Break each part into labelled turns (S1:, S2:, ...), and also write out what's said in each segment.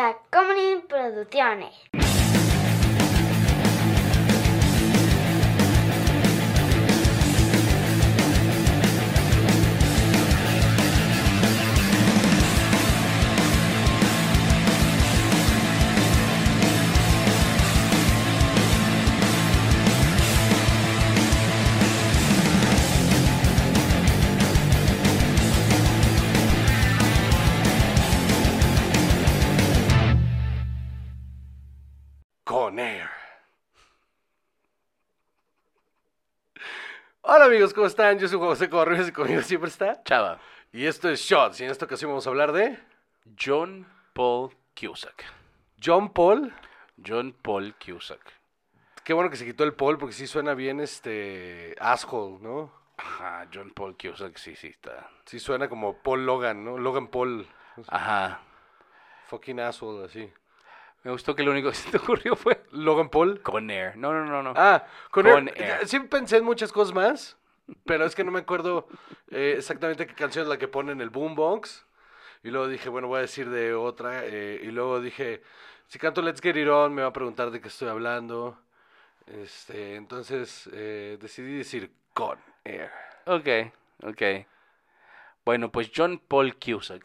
S1: a Comedy Producciones.
S2: Conair. Hola amigos, ¿cómo están? Yo soy José Correos y conmigo siempre está.
S3: Chava,
S2: Y esto es Shots, y en esta ocasión vamos a hablar de
S3: John Paul Cusack.
S2: John Paul.
S3: John Paul Cusack.
S2: Qué bueno que se quitó el Paul porque sí suena bien este asshole, ¿no?
S3: Ajá, John Paul Cusack, sí, sí está.
S2: Sí suena como Paul Logan, ¿no? Logan Paul.
S3: Ajá.
S2: Fucking asshole, así.
S3: Me gustó que lo único que se te ocurrió fue
S2: Logan Paul.
S3: Conair. No, no, no, no.
S2: Ah, con
S3: Con
S2: Air.
S3: Air.
S2: Sí pensé en muchas cosas más, pero es que no me acuerdo eh, exactamente qué canción es la que pone en el Boombox. Y luego dije, bueno, voy a decir de otra. eh, y luego dije, si canto Let's Get It On, me va a preguntar de qué estoy hablando. Este, entonces eh, decidí decir Con Air.
S3: Ok, ok. Bueno, pues John Paul Cusack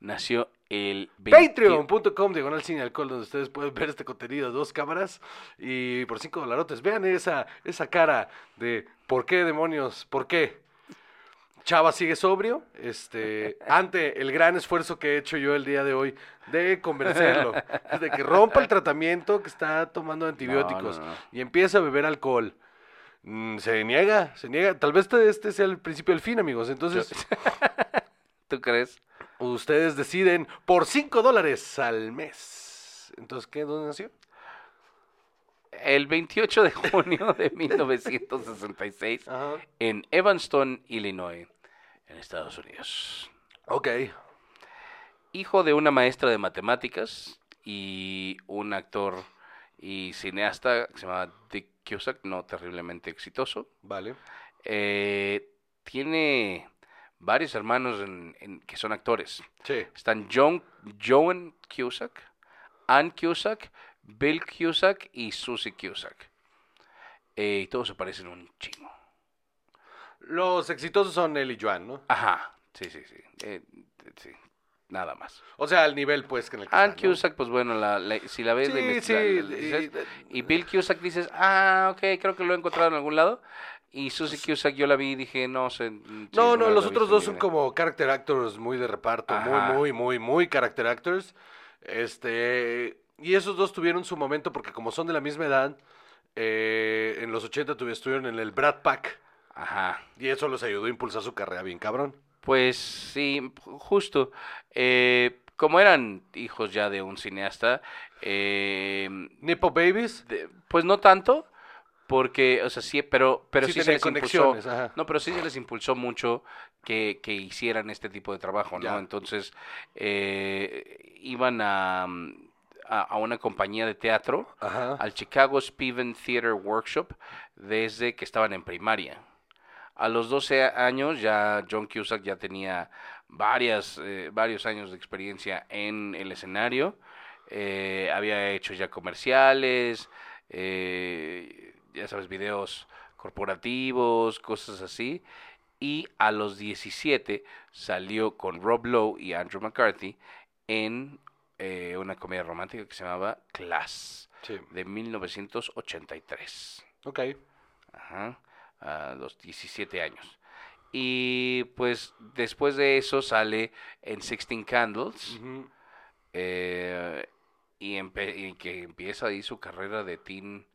S3: nació el 20
S2: Patreon.com, diagonal sin alcohol, donde ustedes pueden ver este contenido a dos cámaras y por cinco dolarotes. Vean esa, esa cara de por qué demonios, por qué. Chava sigue sobrio, este, ante el gran esfuerzo que he hecho yo el día de hoy de convencerlo, de que rompa el tratamiento que está tomando antibióticos
S3: no.
S2: y empieza a beber alcohol. Mm, se niega, se niega. Tal vez este- este sea el principio del fin, amigos. Entonces,
S3: ¿Tú crees?
S2: Ustedes deciden por 5 dólares al mes. Entonces, ¿qué? ¿Dónde nació?
S3: El 28 de junio de 1966
S2: Ajá.
S3: en Evanston, Illinois, en Estados Unidos.
S2: Ok.
S3: hijo de una maestra de matemáticas y un actor y cineasta que se llama Dick Cusack, no terriblemente exitoso.
S2: Vale.
S3: Eh, tiene varios hermanos en- en- que son actores.
S2: Sí.
S3: Están John, Joan Cusack, Ann Cusack, Bill Cusack y Susie Cusack. Eh, y todos se parecen un chingo.
S2: Los exitosos son él y Joan, ¿no?
S3: Ajá, sí, sí, sí. Eh, sí, nada más.
S2: O sea, al nivel, pues, que en el que
S3: Ann
S2: están, ¿no?
S3: Cusack, pues bueno, la, la- si la ves de
S2: Sí,
S3: mezcla-
S2: sí.
S3: la- la-
S2: y-
S3: dices, y, Bill Cusack dices, ah, ok, creo que lo he encontrado en algún lado. Y Susie Cusack yo la vi y dije, no sé. mm, sí,
S2: Pues No, no,
S3: la
S2: los
S3: he
S2: otros
S3: visto
S2: dos
S3: en
S2: son
S3: mi vida".
S2: como character actors muy de reparto,
S3: Ajá.
S2: muy, muy, muy, muy character actors. Este, y esos dos tuvieron su momento porque como son de la misma edad, eh, en los 80 tuvi- estuvieron en el Brad Pack
S3: Ajá.
S2: y eso los ayudó a impulsar su carrera bien cabrón.
S3: Pues sí, justo. Eh, como eran hijos ya de un cineasta, eh,
S2: Nepo Babies.
S3: de- pues no tanto, porque, o sea, sí, pero, pero
S2: Sí
S3: sí, se
S2: tenía
S3: les impulsó.
S2: conexiones, ajá.
S3: No, pero sí se les impulsó mucho que, que hicieran este tipo de trabajo, ¿no?
S2: Ya.
S3: Entonces, eh, iban a, mm, a, a una compañía de teatro,
S2: Ajá.
S3: al Chicago Spivent Theater Workshop, desde que estaban en primaria. A los 12 años ya John Cusack ya tenía varias, eh, varios años de experiencia en el escenario. Eh, había hecho ya comerciales, eh, ya sabes, videos corporativos, cosas así. Y a los 17 salió con Rob Lowe y Andrew McCarthy en eh, una comedia romántica que se llamaba Class
S2: Sí.
S3: de 1983.
S2: Ok.
S3: Ajá, a los 17 años. Y pues después de eso sale en Sixteen Candles
S2: Ujú.
S3: eh, y, empe- y que empieza ahí su carrera de teen,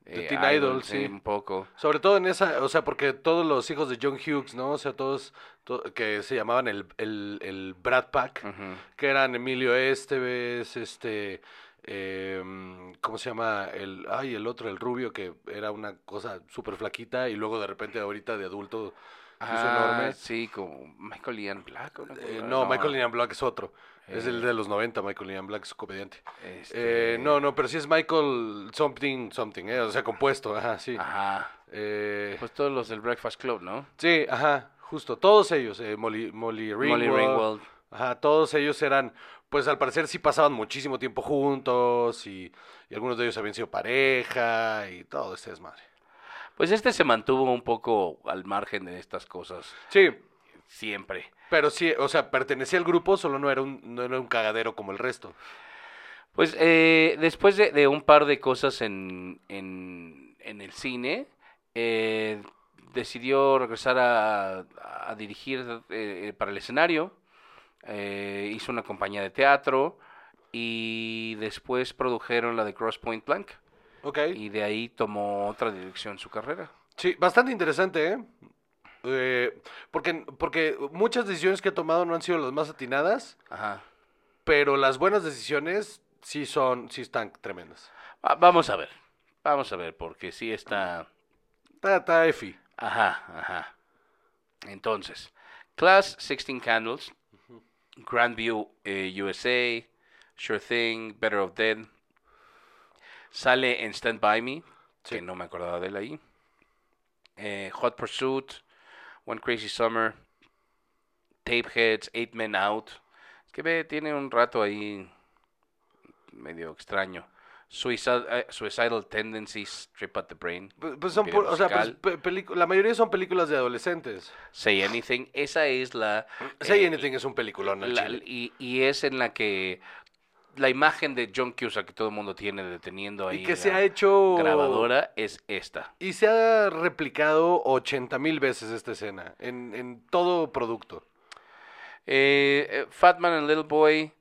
S2: De
S3: eh,
S2: teen idol, sí.
S3: Un poco.
S2: Sobre todo en esa, o sea, porque todos los hijos de John Hughes, ¿no? O sea, todos to- que se llamaban el, el, el Brad Pack,
S3: Ujú.
S2: que eran Emilio Esteves, este, em, ¿cómo se llama? El, ay, el otro, el rubio, que era una cosa súper flaquita y luego de repente ahorita de adulto se hizo
S3: Ah,
S2: enorme.
S3: Sí, como Michael Ian Black. ¿o
S2: Eh,
S3: cosa?
S2: no, Michael Ian Black es otro. Es
S3: Eh.
S2: el de los 90, Michael Ian Black es comediante.
S3: este,
S2: Eh, no, no, pero sí es Michael something, something, eh, o sea, compuesto, ajá, sí.
S3: Ajá.
S2: Eh,
S3: Ah. Pues todos los del Breakfast Club, ¿no?
S2: Sí, ajá, justo. Todos ellos, eh, Molly, Molly Ringwald.
S3: Molly Ringwald.
S2: Ajá, todos ellos eran, pues al parecer sí pasaban muchísimo tiempo juntos y, y algunos de ellos habían sido pareja y todo ese desmadre.
S3: Pues este se mantuvo un poco al margen de estas cosas
S2: Sí,
S3: siempre.
S2: pero sí, o sea, pertenecía al grupo, solo no era un, no era un cagadero como el resto.
S3: Pues eh, después de, de un par de cosas en, en, en el cine, eh, decidió regresar a, a dirigir eh, para el escenario, eh, hizo una compañía de teatro y después produjeron la de Cross Point Blank
S2: Ok.
S3: y de ahí tomó otra dirección su carrera.
S2: Sí, bastante interesante, ¿eh? Eh, porque, porque muchas decisiones que he tomado no han sido las más atinadas,
S3: Ajá.
S2: pero las buenas decisiones sí son, sí están tremendas.
S3: Va- vamos a ver, vamos a ver, porque sí está...
S2: Tata Efi.
S3: Ajá, ajá. Entonces, Class 16 Candles, Grandview eh, USA, Sure Thing, Better of Dead. Sale en Stand By Me,
S2: Sí.
S3: que no me acordaba de él ahí. Eh, Hot Pursuit, One Crazy Summer, Tapeheads, Eight Men Out. Es que ve, tiene un rato ahí medio extraño. Suicid- eh, suicidal Tendencies, Trip at the Brain.
S2: Pues pues son,
S3: Video
S2: pu- o sea, pues,
S3: musical.
S2: pe- pelicu- la mayoría son películas de adolescentes.
S3: Say Anything, esa es la...
S2: Say
S3: eh,
S2: Anything es un peliculón al
S3: la-
S2: chile.
S3: y, y es en la que la imagen de John Cusack que todo el mundo tiene deteniendo ahí
S2: Y que
S3: la
S2: se ha hecho...
S3: grabadora es esta.
S2: Y se ha replicado 80 mil veces esta escena en, en todo producto.
S3: Eh, eh, Fat Man and Little Boy,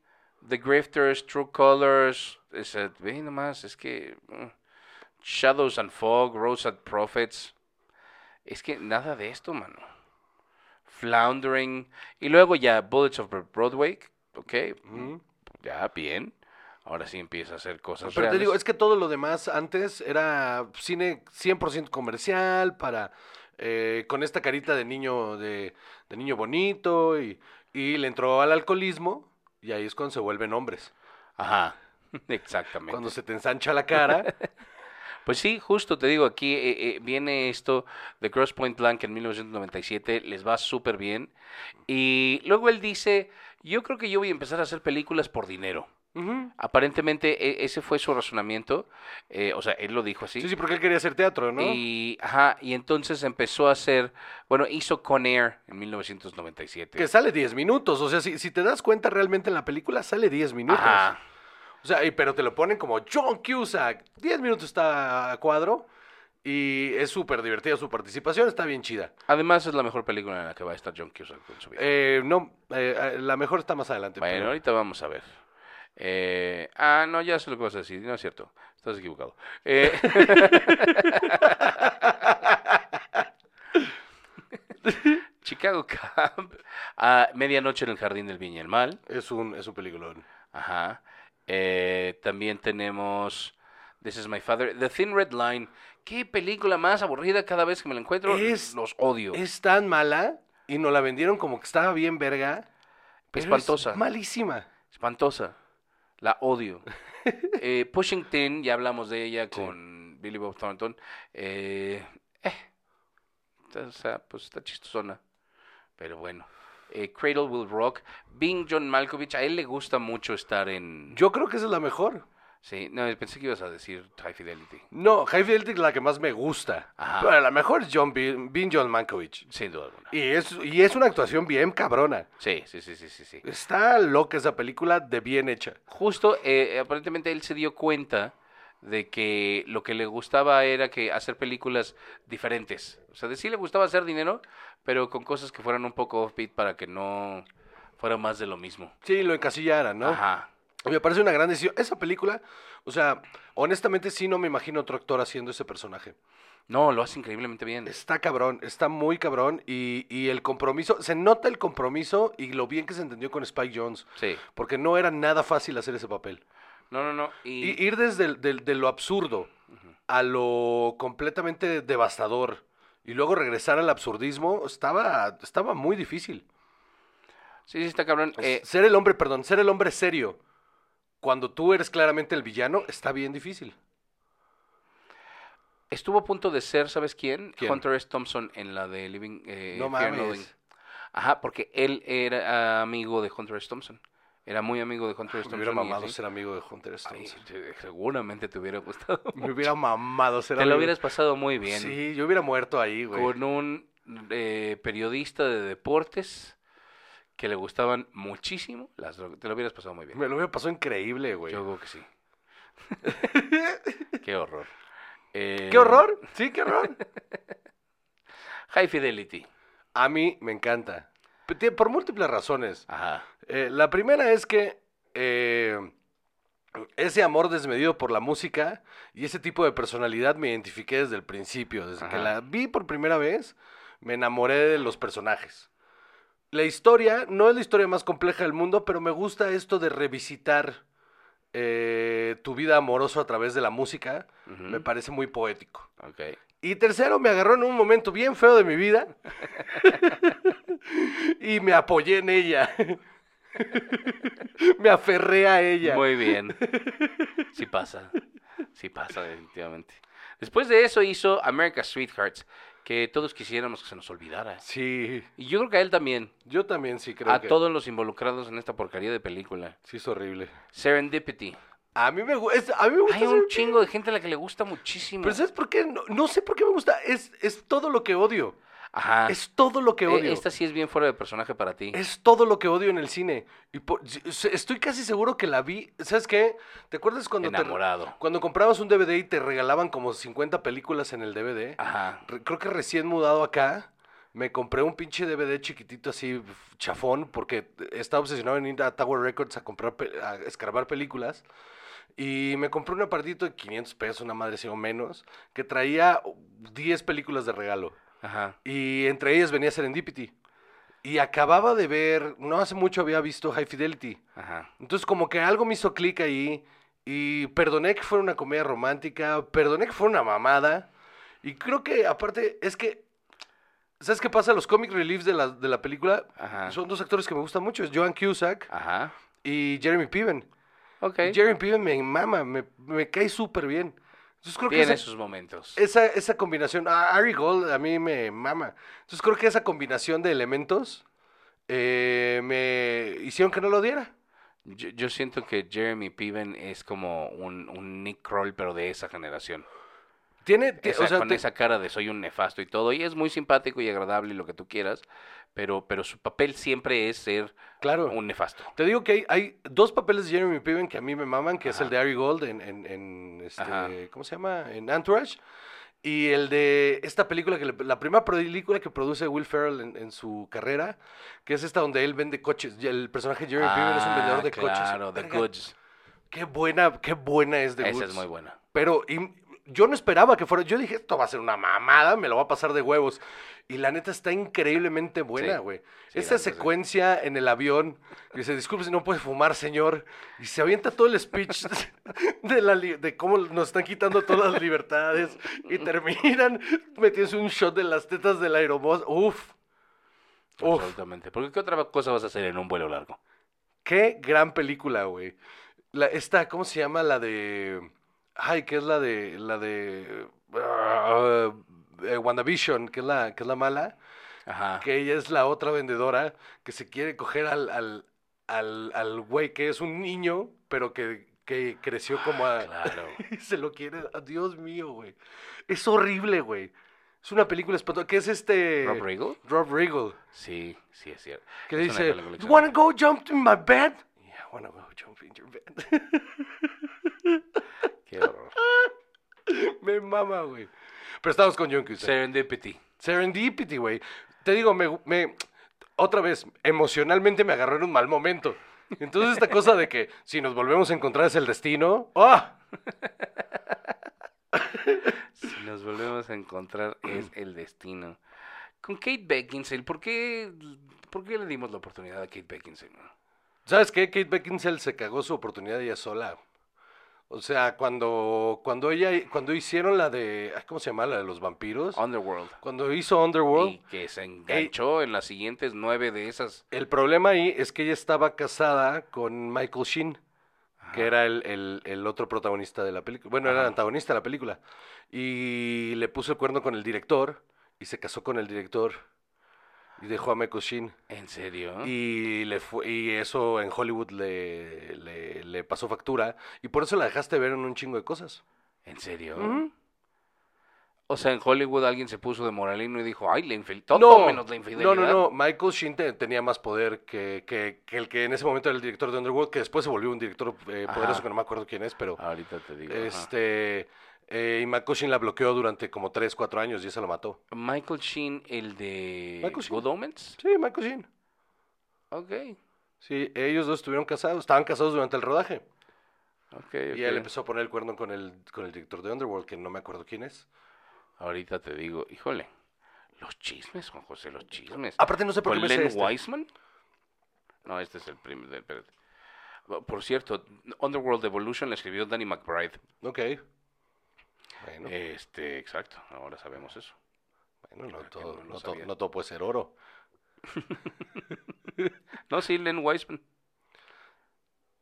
S3: The Grifters, True Colors, es, eh, ve nomás, es que mm, Shadows and Fog, Rose and Prophets, es que nada de esto, mano. Floundering, y luego ya Bullets of Broadway, ok, mm,
S2: Ujú.
S3: ya bien, ahora sí empieza a hacer cosas
S2: Pero te digo,
S3: reales.
S2: es que todo lo demás antes era cine 100% comercial para eh, con esta carita de niño de, de niño bonito y, y le entró al alcoholismo y ahí es cuando se vuelven hombres.
S3: Ajá, exactamente.
S2: Cuando se te ensancha la cara.
S3: Pues sí, justo te digo, aquí eh, eh, viene esto de Cross Point Blank en 1997, les va súper bien. Y luego él dice, yo creo que yo voy a empezar a hacer películas por dinero.
S2: Ujú.
S3: Aparentemente e- ese fue su razonamiento, eh, o sea, él lo dijo así.
S2: Sí, sí, porque él quería hacer teatro, ¿no?
S3: Y, ajá, y entonces empezó a hacer, bueno, hizo Con Air en 1997.
S2: Que sale 10 minutos. O sea, si, si te das cuenta realmente en la película, sale 10 minutos.
S3: Ajá.
S2: O sea, y- pero te lo ponen como John Cusack. 10 minutos está a cuadro y es súper divertida su participación, está bien chida.
S3: Además es la mejor película en la que va a estar John Cusack con su vida.
S2: Eh, no, eh, eh, la mejor está más adelante.
S3: Bueno,
S2: pero-
S3: ahorita vamos a ver. Eh, ah, no, ya sé lo que vas a decir. No es cierto. Estás equivocado. Eh, Chicago Camp. Ah, Medianoche en el Jardín del Bien y el Mal.
S2: Es un, es un peliculón.
S3: Ajá. Eh, también tenemos This is My Father. The Thin Red Line. Qué película más aburrida cada vez que me la encuentro.
S2: Es-
S3: los odio. Es,
S2: Es tan mala y nos la vendieron como que estaba bien verga. pero es
S3: espantosa.
S2: malísima.
S3: Espantosa. La odio. Eh, Pushing Tin, ya hablamos de ella con Billy Bob Thornton. Eh, eh. O sea, pues está chistosona. Pero bueno. Eh, Cradle Will Rock. Bing John Malkovich, a él le gusta mucho estar en.
S2: Yo creo que esa es la mejor.
S3: Sí, no, pensé que ibas a decir High Fidelity.
S2: No, High Fidelity es la que más me gusta.
S3: Ajá.
S2: Pero la mejor es John Bean, Bean John Mankovich.
S3: Sin duda alguna.
S2: Y es, y es una actuación bien cabrona.
S3: Sí, sí, sí, sí, sí. sí.
S2: Está loca esa película de bien hecha.
S3: Justo, eh, aparentemente él se dio cuenta de que lo que le gustaba era que hacer películas diferentes. O sea, de sí le gustaba hacer dinero, pero con cosas que fueran un poco offbeat para que no fuera más de lo mismo.
S2: Sí, lo encasillaran, ¿no?
S3: Ajá.
S2: Me parece una gran decisión. Esa película, o sea, honestamente sí no me imagino otro actor haciendo ese personaje.
S3: No, lo hace increíblemente bien.
S2: Está cabrón, está muy cabrón y, y el compromiso, se nota el compromiso y lo bien que se entendió con Spike Jones,
S3: Sí.
S2: porque no era nada fácil hacer ese papel.
S3: No, no, no.
S2: Y,
S3: Y,
S2: ir desde el- del- de lo absurdo a lo completamente devastador y luego regresar al absurdismo estaba, estaba muy difícil.
S3: sí, sí, está cabrón. Eh,
S2: ser el hombre, perdón, ser el hombre serio cuando tú eres claramente el villano está bien difícil.
S3: estuvo a punto de ser, ¿sabes quién?
S2: ¿Quién?
S3: Hunter S. Thompson en la de Living... eh,
S2: no
S3: Fear and
S2: mames.
S3: Loathing. Ajá, porque él era amigo de Hunter S. Thompson. Era muy amigo de Hunter S.
S2: Ah, Me
S3: Thompson.
S2: hubiera
S3: y
S2: mamado
S3: así.
S2: ser amigo de Hunter S.
S3: Ay,
S2: Thompson.
S3: te- seguramente te hubiera gustado.
S2: Me hubiera mamado ser
S3: Te
S2: amigo.
S3: lo hubieras pasado muy bien.
S2: Sí, yo hubiera muerto ahí, güey.
S3: Con un eh, periodista de deportes que le gustaban muchísimo las drogas. Te lo hubieras pasado muy bien.
S2: Me lo hubiera pasado increíble, güey.
S3: Yo creo que sí. qué horror. Eh,
S2: ¡Qué horror! Sí, qué horror.
S3: High Fidelity.
S2: A mí me encanta. Pe- tie- Por múltiples razones.
S3: Ajá.
S2: Eh, la primera es que eh, ese amor desmedido por la música y ese tipo de personalidad me identifiqué desde el principio. Desde que
S3: Ajá.
S2: la vi por primera vez, me enamoré de los personajes. La historia no es la historia más compleja del mundo, pero me gusta esto de revisitar eh, tu vida amorosa a través de la música.
S3: Ujú.
S2: Me parece muy poético.
S3: Ok.
S2: Y tercero, me agarró en un momento bien feo de mi vida. y me apoyé en ella. me aferré a ella.
S3: Muy bien. Sí pasa. Sí pasa, definitivamente. Después de eso hizo America's Sweethearts, que todos quisiéramos que se nos olvidara.
S2: Sí,
S3: Y yo creo que a él también.
S2: yo también sí creo
S3: a
S2: que
S3: todos los involucrados en esta porquería de película.
S2: sí es horrible.
S3: Serendipity.
S2: A mí me gusta, a mí me gusta
S3: Hay
S2: ser-
S3: un chingo de gente a la que le gusta muchísimo.
S2: Pero ¿sabes por qué? No, no sé por qué me gusta, es es todo lo que odio.
S3: Ajá.
S2: Es todo lo que
S3: Eh,
S2: odio.
S3: Esta sí es bien fuera de personaje para ti.
S2: Es todo lo que odio en el cine. Y por- se- estoy casi seguro que la vi. ¿Sabes qué? ¿Te acuerdas cuando te-
S3: Enamorado.
S2: cuando comprabas un DVD y te regalaban como 50 películas en el DVD?
S3: Ajá.
S2: Re- creo que recién mudado acá, me compré un pinche DVD chiquitito así f- chafón porque estaba obsesionado en ir a Tower Records a comprar pe- a escarbar películas. Y me compré un apartito de 500 pesos, una madre así o menos, que traía 10 películas de regalo.
S3: Ajá.
S2: Y entre ellas venía Serendipity. Y acababa de ver, no hace mucho había visto High Fidelity.
S3: Ajá.
S2: Entonces como que algo me hizo clic ahí y perdoné que fuera una comedia romántica, perdoné que fuera una mamada y creo que aparte es que, ¿sabes qué pasa? Los comic reliefs de la, de la película
S3: Ajá.
S2: son dos actores que me gustan mucho, es Joan Cusack
S3: Ajá.
S2: y Jeremy Piven.
S3: Ok.
S2: Y Jeremy Piven me mama, me, me cae súper bien. Entonces creo que
S3: Tiene
S2: esa,
S3: sus momentos.
S2: esa, esa combinación, a- Ari Gold a mí me mama. Entonces creo que esa combinación de elementos eh, me hicieron que no lo odiara.
S3: Yo, yo siento que Jeremy Piven es como un, un Nick Kroll, pero de esa generación.
S2: Tiene, ti-
S3: Esa-
S2: o sea,
S3: con
S2: te-
S3: esa cara de soy un nefasto y todo. Y es muy simpático y agradable y lo que tú quieras. Pero, pero su papel siempre es ser
S2: Claro.
S3: un nefasto.
S2: Te digo que hay, hay dos papeles de Jeremy Piven que a mí me maman, que es
S3: Ajá.
S2: el de Ari Gold en, en- en, este,
S3: Ajá.
S2: ¿cómo se llama? En Entourage. Y el de esta película, que le- la primera película que produce Will Ferrell en, en su carrera, que es esta donde él vende coches. Y El personaje de Jeremy Piven es un vendedor de
S3: Ah, Claro,
S2: coches.
S3: The
S2: Verga,
S3: Goods.
S2: Qué buena, qué buena es The
S3: Esa
S2: Goods.
S3: es muy buena.
S2: Pero y- yo no esperaba que fuera. Yo dije, esto va a ser una mamada, me lo va a pasar de huevos. Y la neta está increíblemente buena,
S3: Sí,
S2: güey.
S3: sí, la
S2: Esa
S3: neta sí.
S2: secuencia en el avión, que dice, disculpe si no puede fumar, señor. Y se avienta todo el speech de, la li- de cómo nos están quitando todas las libertades. Y terminan metiéndose un shot de las tetas del aerobús. Uf, Uf.
S3: Absolutamente. Porque ¿qué otra cosa vas a hacer en un vuelo largo?
S2: qué gran película, güey. La, esta, ¿cómo se llama? La de. Ay, que es la de. La de. ah, eh, WandaVision, que es la, que es la mala.
S3: Ajá.
S2: Que ella es la otra vendedora que se quiere coger al, al, al, al güey que es un niño, pero que, que creció como a.
S3: Ah, Claro.
S2: Y se lo quiere. ah, Dios mío, güey. Es horrible, güey. Es una película espantosa. Que es este.
S3: Rob Riggle?
S2: Rob Riggle.
S3: Sí, sí, es cierto.
S2: Que
S3: Es una
S2: dice,
S3: película
S2: "You
S3: excelente.
S2: wanna go jump in my bed? Yeah, I wanna go jump in your bed.
S3: Qué horror.
S2: me mama, güey. Pero estamos con John Cusack.
S3: Serendipity.
S2: Serendipity, güey. Te digo, me, me- Otra vez, emocionalmente me agarró en un mal momento. Entonces esta cosa de que si nos volvemos a encontrar es el destino... ¡Ah!
S3: Si nos volvemos a encontrar es el destino. Con Kate Beckinsale, ¿por qué, por qué le dimos la oportunidad a Kate Beckinsale?
S2: ¿Sabes qué? Kate Beckinsale se cagó su oportunidad ella sola. O sea, cuando, cuando ella... Cuando hicieron la de... ay, ¿Cómo se llama? La de los vampiros.
S3: Underworld.
S2: Cuando hizo Underworld...
S3: Y que se enganchó en las siguientes nueve de esas.
S2: El problema ahí es que ella estaba casada con Michael Sheen, que era el, el- el otro protagonista de la película. Bueno, era el
S3: Ajá.
S2: antagonista de la película. Y le puso el cuerno con el director y se casó con el director. y dejó a Meko Shin.
S3: ¿En serio?
S2: Y, le fue, y eso en Hollywood le, le, le pasó factura. Y por eso la dejaste ver en un chingo de cosas.
S3: ¿En serio? O sea, en Hollywood alguien se puso de moralino y dijo, ay, la infidelidad. Todo menos la infidelidad.
S2: No, no, no. Michael Sheen te- tenía más poder que, que- que el que en ese momento era el director de Underworld, que después se volvió un director eh,
S3: Ajá. Ah.
S2: poderoso que no me acuerdo quién es, pero.
S3: Ahorita te digo. ajá.
S2: este. eh, y Michael Sheen la bloqueó durante como 3, 4 años y esa la mató.
S3: Michael Sheen, el de
S2: Michael Sheen.
S3: Good Omens.
S2: Sí, Michael Sheen.
S3: Ok.
S2: Sí, ellos dos estuvieron casados, estaban casados durante el rodaje.
S3: Ok, ok.
S2: Y él empezó a poner el cuerno con el, con el director de Underworld, que no me acuerdo quién es.
S3: Ahorita te digo, híjole, los chismes, Juan José, los chismes.
S2: Aparte, no sé Ah, por qué
S3: ¿Con
S2: me
S3: Len
S2: sé este.
S3: Wiseman? No, este es el primer, espérate. Por cierto, Underworld Evolution la escribió Danny McBride.
S2: Ok. Bueno,
S3: Este, exacto, ahora sabemos eso.
S2: bueno no,
S3: creo que
S2: todo,
S3: no lo
S2: no to-
S3: sabía.
S2: no todo puede ser oro.
S3: No, sí, Len Wiseman.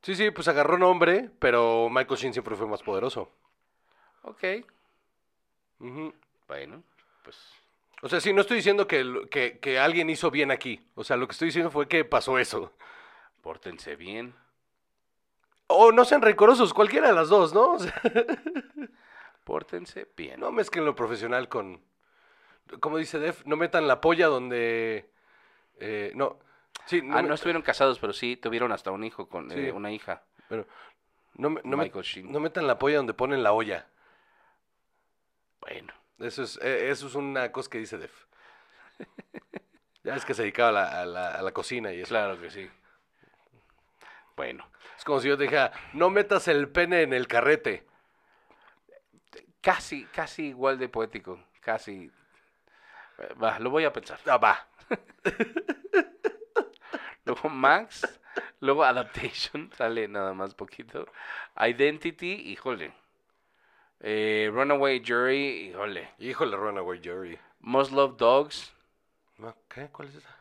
S2: Sí, sí, pues agarró nombre, pero Michael Sheen siempre fue más poderoso.
S3: Ok,
S2: Ujú.
S3: bueno, pues...
S2: O sea, sí, no estoy diciendo que, el- que, que alguien hizo bien aquí. O sea, lo que estoy diciendo fue que pasó eso.
S3: Pórtense bien.
S2: O no sean rencorosos, cualquiera de las dos, ¿no? O sea,
S3: Pórtense bien.
S2: no mezclen lo profesional con... Como dice Def, no metan la polla donde... eh, no. Sí, no,
S3: ah,
S2: me-
S3: no estuvieron casados, pero sí tuvieron hasta un hijo con
S2: Sí.
S3: eh, una hija.
S2: pero no me- no me-
S3: Michael Sheen.
S2: no metan la polla donde ponen la olla.
S3: Bueno,
S2: Eso es, eh, eso es una cosa que dice Def. Ya es que se dedicaba a la, a la- a la cocina y eso.
S3: claro que sí. Bueno,
S2: Es como si yo te dijera, no metas el pene en el carrete.
S3: casi, casi igual de poético, casi. Eh, Va, lo voy a pensar.
S2: Ah, va.
S3: Luego Max, luego Adaptation, sale nada más poquito. Identity, híjole. Eh, Runaway Jury, híjole.
S2: Híjole, Runaway Jerry.
S3: Most Love Dogs,
S2: No, ¿Qué? ¿Cuál es esa?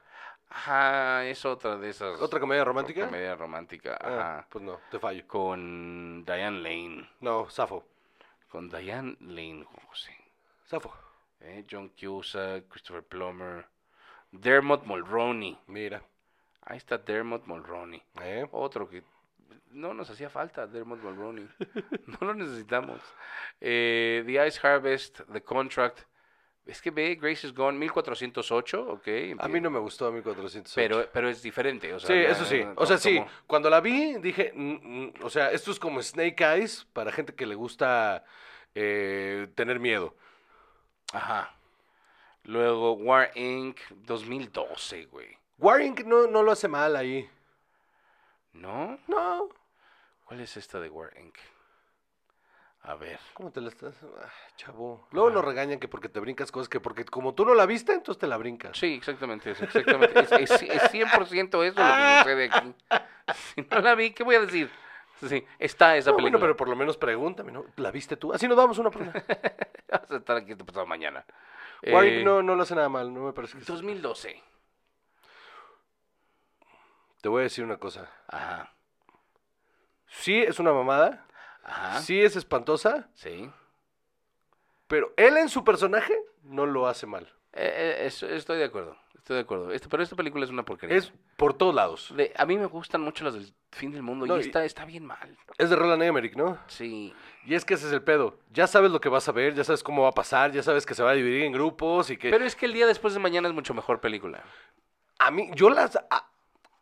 S3: ajá, es Pues, otra de esas.
S2: ¿Otra comedia romántica?
S3: Comedia romántica,
S2: Ah,
S3: ajá.
S2: pues no, te fallo.
S3: Con Diane Lane.
S2: No, Safo.
S3: Con Diane Lane, Juan José.
S2: Safo.
S3: Eh, John Cusack, Christopher Plummer. Dermot Mulroney.
S2: Mira.
S3: Ahí está Dermot Mulroney.
S2: ¿eh?
S3: Otro que no nos hacía falta, Dermot Mulroney. no lo necesitamos. Eh, The Ice Harvest, The Contract. Es que ve, Grace is Gone, 1408, ok.
S2: A mí no me gustó a mí 408.
S3: Pero, pero es diferente, o sea,
S2: Sí,
S3: ya,
S2: eso sí.
S3: eh,
S2: O sea,
S3: to-
S2: sí.
S3: tomó-
S2: Cuando la vi, dije, "Mm, mm", o sea, esto es como Snake Eyes para gente que le gusta eh, tener miedo.
S3: Ajá. Luego, War Inc. 2012, güey.
S2: Warring no, no lo hace mal ahí.
S3: ¿No?
S2: No.
S3: ¿Cuál es esta de War Inc.? A ver.
S2: ¿Cómo te la estás? Ah, chavo. Luego nos regañan que porque te brincas cosas, que porque como tú no la viste, entonces te la brincas.
S3: Sí, exactamente, es exactamente. Es, es- es 100% eso lo que sucede aquí. Si no la vi, ¿qué voy a decir? Sí, está esa
S2: No,
S3: película.
S2: bueno, pero por lo menos pregúntame, ¿no? ¿La viste tú? Así nos damos una pregunta.
S3: Vas a estar aquí este pasado mañana.
S2: Warring
S3: Eh,
S2: no, no lo hace nada mal, no me parece que...
S3: 2012.
S2: Te voy a decir una cosa.
S3: Ajá.
S2: Sí es una mamada,
S3: Ajá. Sí.
S2: sí es espantosa, pero él en su personaje no lo hace mal.
S3: Eh, eh, es- estoy de acuerdo. Estoy de acuerdo. Este- pero esta película es una porquería.
S2: Es por todos lados.
S3: De- a mí me gustan mucho las del fin del mundo
S2: No,
S3: y
S2: y-
S3: esta está bien mal.
S2: Es de Roland Emmerich, ¿no?
S3: Sí.
S2: Y es que ese es el pedo. Ya sabes lo que vas a ver, ya sabes cómo va a pasar, ya sabes que se va a dividir en grupos y que...
S3: Pero es que el día después de mañana es mucho mejor película.
S2: A mí, yo las... a-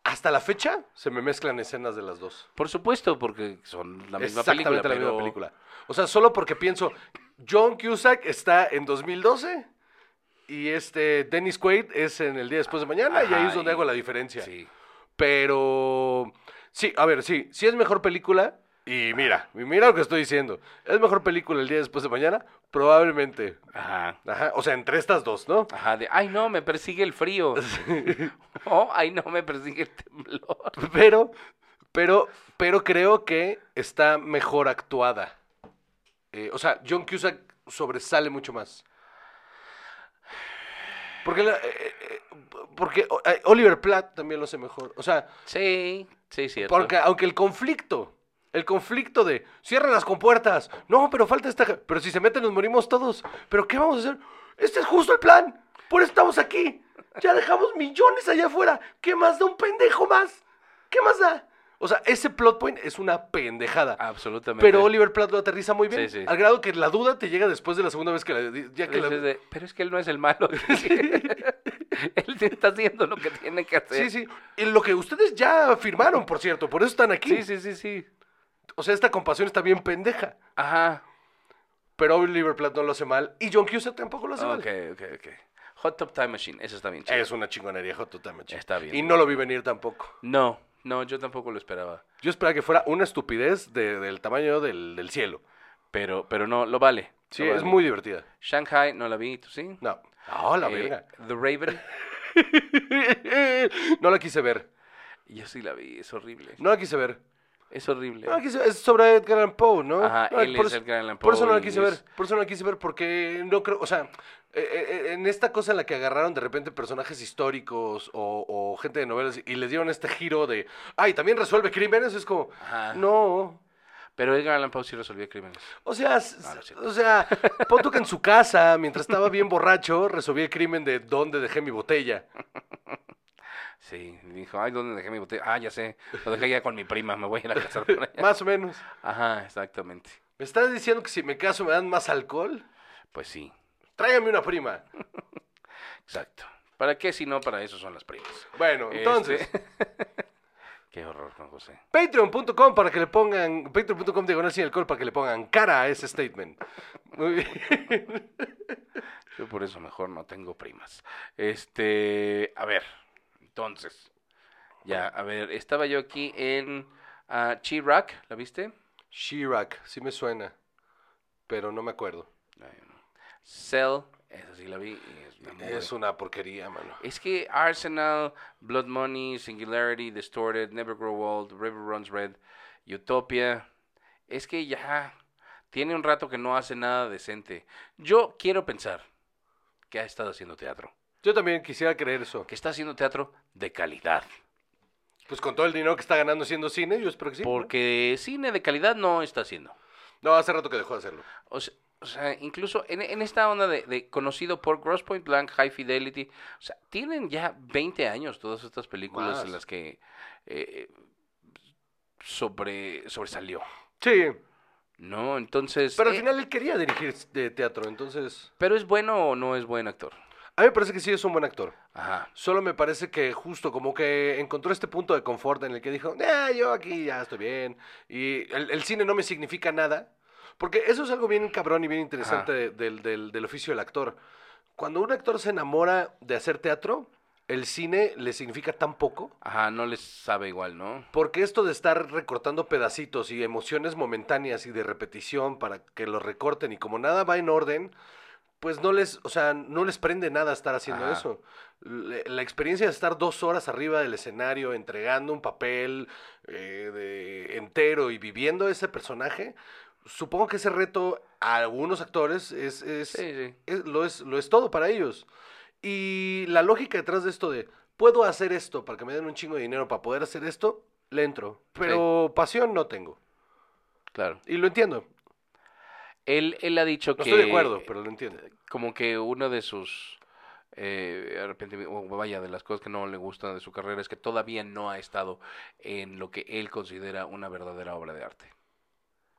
S2: hasta la fecha se me mezclan escenas de las dos.
S3: Por supuesto, porque son la misma
S2: Exactamente
S3: película.
S2: la misma
S3: pero-
S2: película. O sea, solo porque pienso, John Cusack está en 2012 y este Dennis Quaid es en el día después de mañana y ahí
S3: Ajá,
S2: es donde
S3: y-
S2: hago la diferencia.
S3: Sí.
S2: Pero sí, a ver, sí, sí es mejor película. Y mira, y mira lo que estoy diciendo. ¿Es mejor película el día después de mañana? Probablemente.
S3: Ajá.
S2: Ajá, o sea, entre estas dos, ¿no?
S3: Ajá, de, ay no, me persigue el frío. o, ay no, me persigue el temblor.
S2: Pero, pero, pero creo que está mejor actuada. Eh, o sea, John Cusack sobresale mucho más. Porque, la- eh, eh, porque o- eh, Oliver Platt también lo hace mejor. O sea,
S3: Sí, sí, cierto.
S2: porque aunque el conflicto, el conflicto de cierran las compuertas, no, pero falta esta. Pero si se meten, nos morimos todos. ¿Pero qué vamos a hacer? Este es justo el plan. Por eso estamos aquí. Ya dejamos millones allá afuera. ¿Qué más da un pendejo más? ¿Qué más da? O sea, ese plot point es una pendejada.
S3: Absolutamente.
S2: Pero Oliver Platt lo aterriza muy bien.
S3: Ah, Sí, sí.
S2: Al grado que la duda te llega después de la segunda vez que la. Ya que la-
S3: Dices de, pero es que él no es el malo. él está haciendo lo que tiene que
S2: Sí,
S3: hacer.
S2: sí. Y lo que ustedes ya firmaron, por cierto. Por eso están aquí.
S3: sí, sí, sí, sí.
S2: O sea, esta compasión está bien pendeja.
S3: Ajá.
S2: Pero Oliver Platt no lo hace mal. Y John Cusack tampoco lo hace
S3: Ok,
S2: mal.
S3: ok, ok. Hot Top Time Machine, eso está bien chido.
S2: Es una chingonería, Joto, totalmente.
S3: Está bien.
S2: Y no lo vi venir tampoco.
S3: No, no, yo tampoco lo esperaba.
S2: Yo esperaba que fuera una estupidez de- del tamaño del, del cielo.
S3: Pero, pero no, lo vale.
S2: Sí,
S3: lo
S2: es
S3: vale.
S2: muy divertida.
S3: Shanghai, no la vi, ¿tú sí?
S2: No. No, la
S3: Eh,
S2: verga.
S3: The Raven,
S2: no la quise ver.
S3: yo sí la vi, es horrible.
S2: No la quise ver.
S3: Es horrible.
S2: No la quise Es sobre Edgar Allan Poe, ¿no?
S3: Ajá,
S2: No,
S3: él
S2: por
S3: es
S2: eso-
S3: Edgar Allan
S2: Por eso no la
S3: Poe y
S2: quise
S3: es-
S2: ver. Por eso no la quise ver porque no creo. O sea, eh, eh, en esta cosa en la que agarraron de repente personajes históricos o, o gente de novelas y les dieron este giro de. Ay, también resuelve crímenes. Es como.
S3: Ajá.
S2: No.
S3: Pero Edgar Allan Poe sí resolvió crímenes.
S2: O sea, s-
S3: No, no es cierto.
S2: o sea, pon tú que en su casa, mientras estaba bien borracho, resolví el crimen de dónde dejé mi botella.
S3: Sí, dijo, ay, ¿dónde dejé mi botella? Ah, ya sé, lo dejé ya con mi prima, me voy a ir a casar con ella.
S2: Más o menos.
S3: Ajá, exactamente.
S2: ¿Me estás diciendo que si me caso me dan más alcohol?
S3: Pues sí,
S2: Tráigame una prima.
S3: exacto. ¿Para qué si no para eso son las primas?
S2: Bueno, entonces,
S3: Este- qué horror, Juan José.
S2: patreon.com para que le pongan, patreon.com diagonal sin alcohol para que le pongan cara a ese statement. Muy bien.
S3: Yo por eso mejor no tengo primas. Este, a ver, entonces, ya, a ver, estaba yo aquí en ah, Chirac, ¿la viste?
S2: Chirac, sí me suena, pero no me acuerdo.
S3: Ay, no. Cell, esa sí la vi. y es, una muy-
S2: Es una porquería, mano.
S3: Es que Arsenal, Blood Money, Singularity, Distorted, Never Grow Old, River Runs Red, Utopia. Es que ya tiene un rato que no hace nada decente. Yo quiero pensar que ha estado haciendo teatro.
S2: Yo también quisiera creer eso.
S3: Que está haciendo teatro de calidad.
S2: Pues con todo el dinero que está ganando haciendo cine, yo espero que sí. ¿no?
S3: Porque cine de calidad no está haciendo.
S2: No, hace rato que dejó de hacerlo.
S3: O se- o sea, incluso en, en esta onda de, de conocido por Gross Point Blank, High Fidelity, o sea, tienen ya 20 años todas estas películas
S2: Más.
S3: en las que eh, sobre, sobresalió,
S2: Sí,
S3: ¿no? Entonces,
S2: pero al
S3: eh,
S2: final él quería dirigir de teatro, entonces...
S3: ¿pero es bueno o no es buen actor?
S2: A mí me parece que sí es un buen actor.
S3: Ajá.
S2: Solo me parece que justo como que encontró este punto de confort en el que dijo, "Nah, yo aquí ya estoy bien. Y el, el cine no me significa nada. Porque eso es algo bien cabrón y bien interesante
S3: Ajá.
S2: de- del, del- del oficio del actor. Cuando un actor se enamora de hacer teatro, el cine le significa tan poco.
S3: Ajá, no les sabe igual, ¿no?
S2: Porque esto de estar recortando pedacitos y emociones momentáneas y de repetición para que lo recorten y como nada va en orden, pues no les, o sea, no les prende nada estar haciendo
S3: Ajá.
S2: eso. Le- la experiencia de estar dos horas arriba del escenario entregando un papel eh, de- entero y viviendo ese personaje, supongo que ese reto a algunos actores es, es-
S3: Sí, sí.
S2: es- lo, es, lo es todo para ellos. Y la lógica detrás de esto de, puedo hacer esto para que me den un chingo de dinero para poder hacer esto, le entro. Pero pasión no tengo.
S3: Claro.
S2: Y lo entiendo.
S3: Él, él ha dicho
S2: No
S3: que...
S2: estoy de acuerdo, pero lo entiendo.
S3: como que uno de sus eh, arrepentimientos, o vaya, de las cosas que no le gustan de su carrera es que todavía no ha estado en lo que él considera una verdadera obra de arte.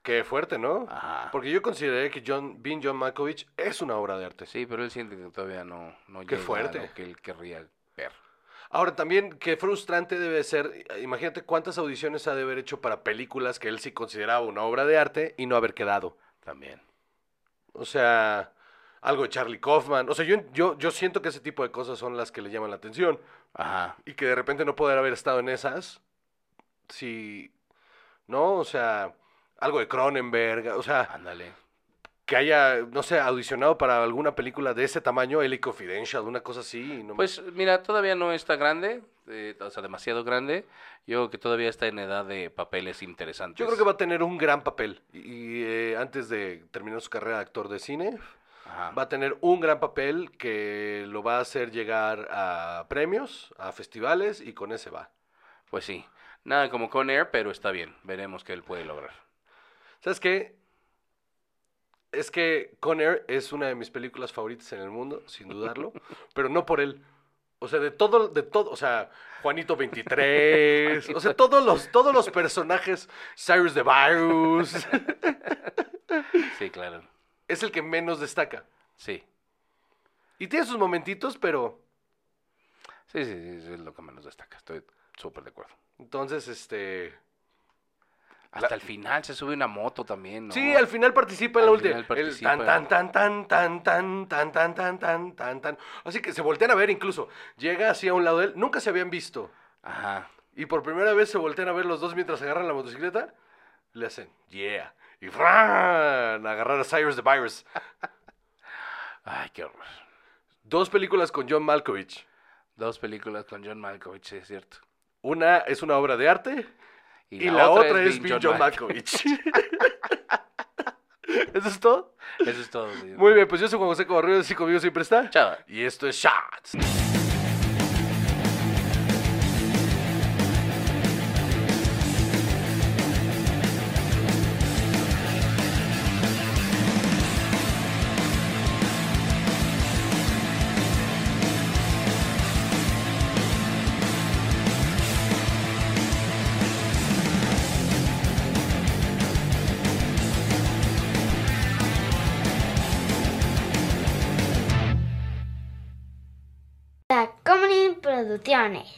S2: Qué fuerte, ¿no?
S3: Ajá.
S2: Porque yo consideré que John, Being John Malkovich es una obra de arte.
S3: Sí, pero él siente que todavía no, no
S2: Qué
S3: llega
S2: fuerte.
S3: a lo que él querría ver.
S2: Ahora también, qué frustrante debe ser. Imagínate cuántas audiciones ha de haber hecho para películas que él sí consideraba una obra de arte y no haber quedado.
S3: También.
S2: O sea, algo de Charlie Kaufman. O sea, yo, yo, yo siento que ese tipo de cosas son las que le llaman la atención.
S3: Ajá.
S2: Y que de repente no poder haber estado en esas. Si. ¿No? O sea, algo de Cronenberg. O sea,
S3: Ándale.
S2: que haya, no sé, audicionado para alguna película de ese tamaño, L.A. Confidential, una cosa así. No me-
S3: Pues mira, todavía no está grande, eh, o sea, demasiado grande. Yo creo que todavía está en edad de papeles interesantes.
S2: Yo creo que va a tener un gran papel. Y eh, antes de terminar su carrera de actor de cine,
S3: Ajá.
S2: va a tener un gran papel que lo va a hacer llegar a premios, a festivales, y con ese va.
S3: Pues sí. Nada como Con Air, pero está bien. Veremos qué él puede lograr.
S2: ¿Sabes qué? Es que Con Air es una de mis películas favoritas en el mundo, sin dudarlo, pero no por él. O sea, de todo, de todo, o sea, Juanito 23, o sea, todos los, todos los personajes, Cyrus the Virus,
S3: Sí, claro.
S2: es el que menos destaca.
S3: Sí.
S2: Y tiene sus momentitos, pero
S3: Sí, sí, sí, eso es lo que menos destaca. Estoy súper de acuerdo.
S2: entonces, este...
S3: Hasta el final se sube una moto también, ¿no?
S2: Sí, al final participa en la
S3: Al
S2: última.
S3: final
S2: El
S3: participa.
S2: tan tan tan tan tan tan tan tan tan tan tan tan. Así que se voltean a ver incluso. Llega así a un lado de él. Nunca se habían visto.
S3: Ajá.
S2: Y por primera vez se voltean a ver los dos mientras agarran la motocicleta. Le hacen, yeah. Y ¡fran! agarrar a Cyrus the Virus.
S3: Ay, qué horror.
S2: Dos películas con John Malkovich.
S3: Dos películas con John Malkovich, sí, es cierto.
S2: Una es una obra de arte y, la, otra, es,
S3: Big
S2: Bill John,
S3: Mal-
S2: Malkovich. ¿Eso es todo?
S3: Eso es todo, señor.
S2: Muy bien, pues yo soy Juan José Cobarrillo, así conmigo siempre está.
S3: Chava.
S2: Y esto es Shots.
S1: Tacomunin Producciones.